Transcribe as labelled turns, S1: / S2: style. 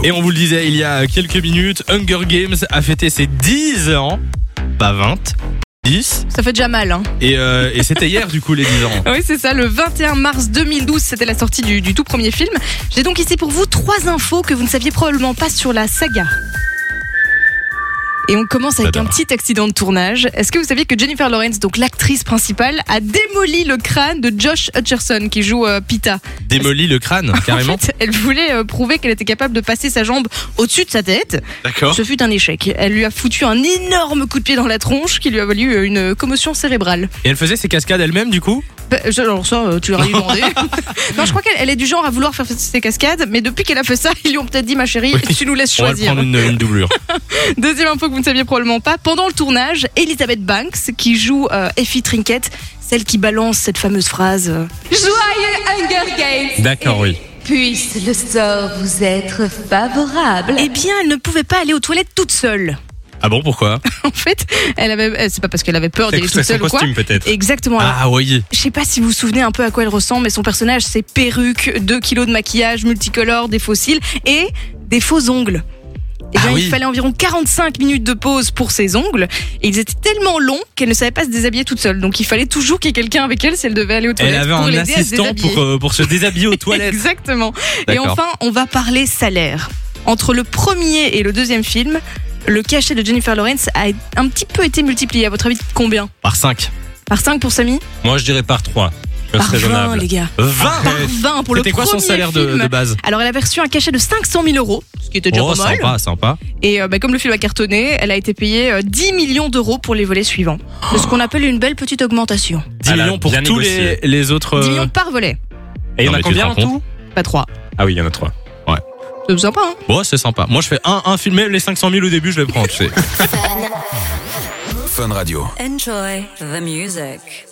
S1: vidéo.
S2: Et on vous le disait il y a quelques minutes, Hunger Games a fêté ses 10 ans, pas 20, 10.
S3: Ça fait déjà mal. Hein.
S2: Et, euh, et c'était hier du coup les 10 ans.
S3: Oui, c'est ça. Le 21 mars 2012, c'était la sortie du, du tout premier film. J'ai donc ici pour vous trois infos que vous ne saviez probablement pas sur la saga. Et on commence avec
S2: J'adore.
S3: un petit accident de tournage. Est-ce que vous saviez que Jennifer Lawrence, donc l'actrice principale, a démoli le crâne de Josh Hutcherson qui joue euh, Pita
S2: Démoli le crâne, carrément.
S3: En fait, elle voulait euh, prouver qu'elle était capable de passer sa jambe au-dessus de sa tête.
S2: D'accord.
S3: Ce fut un échec. Elle lui a foutu un énorme coup de pied dans la tronche qui lui a valu euh, une commotion cérébrale.
S2: Et elle faisait ses cascades elle-même du coup
S3: Bah, je- alors ça, euh, tu leur as demandé. non, je crois qu'elle elle est du genre à vouloir faire ses cascades, mais depuis qu'elle a fait ça, ils lui ont peut-être dit, ma chérie,
S2: Oui.
S3: tu nous laisses
S2: On va le
S3: choisir.
S2: prendre une, une doublure.
S3: Deuxième info que vous ne saviez probablement pas, pendant le tournage, Elizabeth Banks, qui joue euh, Effie Trinket, celle qui balance cette fameuse phrase. euh,
S4: Joyeux Hunger Games
S2: D'accord, oui.
S4: Puisse le sort vous être favorable.
S3: Eh bien, elle ne pouvait pas aller aux toilettes toute seule.
S2: Ah bon, pourquoi
S3: En fait, elle avait, euh, c'est pas parce qu'elle avait peur d'aller Oh, toute
S2: C'est son
S3: seule ou quoi.
S2: costume peut-être.
S3: Exactement. alors,
S2: Ah oui.
S3: Je sais pas si vous vous souvenez un peu à quoi elle ressemble, mais son personnage, c'est perruque, 2 kilos de maquillage multicolore, des faux cils et des faux ongles. Et bien,
S2: Ah oui.
S3: il fallait environ 45 minutes de pause pour ses ongles. Et ils étaient tellement longs qu'elle ne savait pas se déshabiller toute seule. Donc, il fallait toujours qu'il y ait quelqu'un avec elle si elle devait aller aux toilettes
S2: Elle avait
S3: pour
S2: un
S3: l'aider à se
S2: assistant
S3: déshabiller.
S2: pour, euh, pour se déshabiller aux toilettes.
S3: Exactement. Et
S2: D'accord.
S3: enfin, on va parler salaire. Entre le premier et le deuxième film, le cachet de Jennifer Lawrence a un petit peu été multiplié. À votre avis, combien
S2: Par 5.
S3: Par 5 pour Samy
S5: Moi, je dirais par 3.
S3: Par 20, les gars.
S2: 20
S3: Par 20 pour le
S2: C'était
S3: premier
S2: quoi son salaire de,
S3: film.
S2: de base
S3: Alors elle a perçu un cachet de 500 000 euros, ce qui était déjà
S2: Oh,
S3: pas mal.
S2: sympa, sympa.
S3: Et euh, bah, comme le film a cartonné, elle a été payée euh, 10 millions d'euros pour les volets suivants. C'est ce qu'on appelle une belle petite augmentation.
S2: 10
S5: Elle a
S2: millions pour
S5: bien
S2: tous les,
S5: négocié.
S2: les autres.
S3: 10
S2: euh,
S3: millions par volet,
S5: Et il y en
S2: Non,
S5: a
S2: mais tu
S5: combien
S2: te
S5: en
S2: rends
S5: tout
S3: pas 3.
S5: Ah oui, il y en a 3.
S3: C'est sympa, hein
S2: Bon, c'est sympa. Moi, je fais un, un film, mais les 500 000 au début, je les prends, tu sais.
S1: Fun Radio.
S6: Enjoy the music.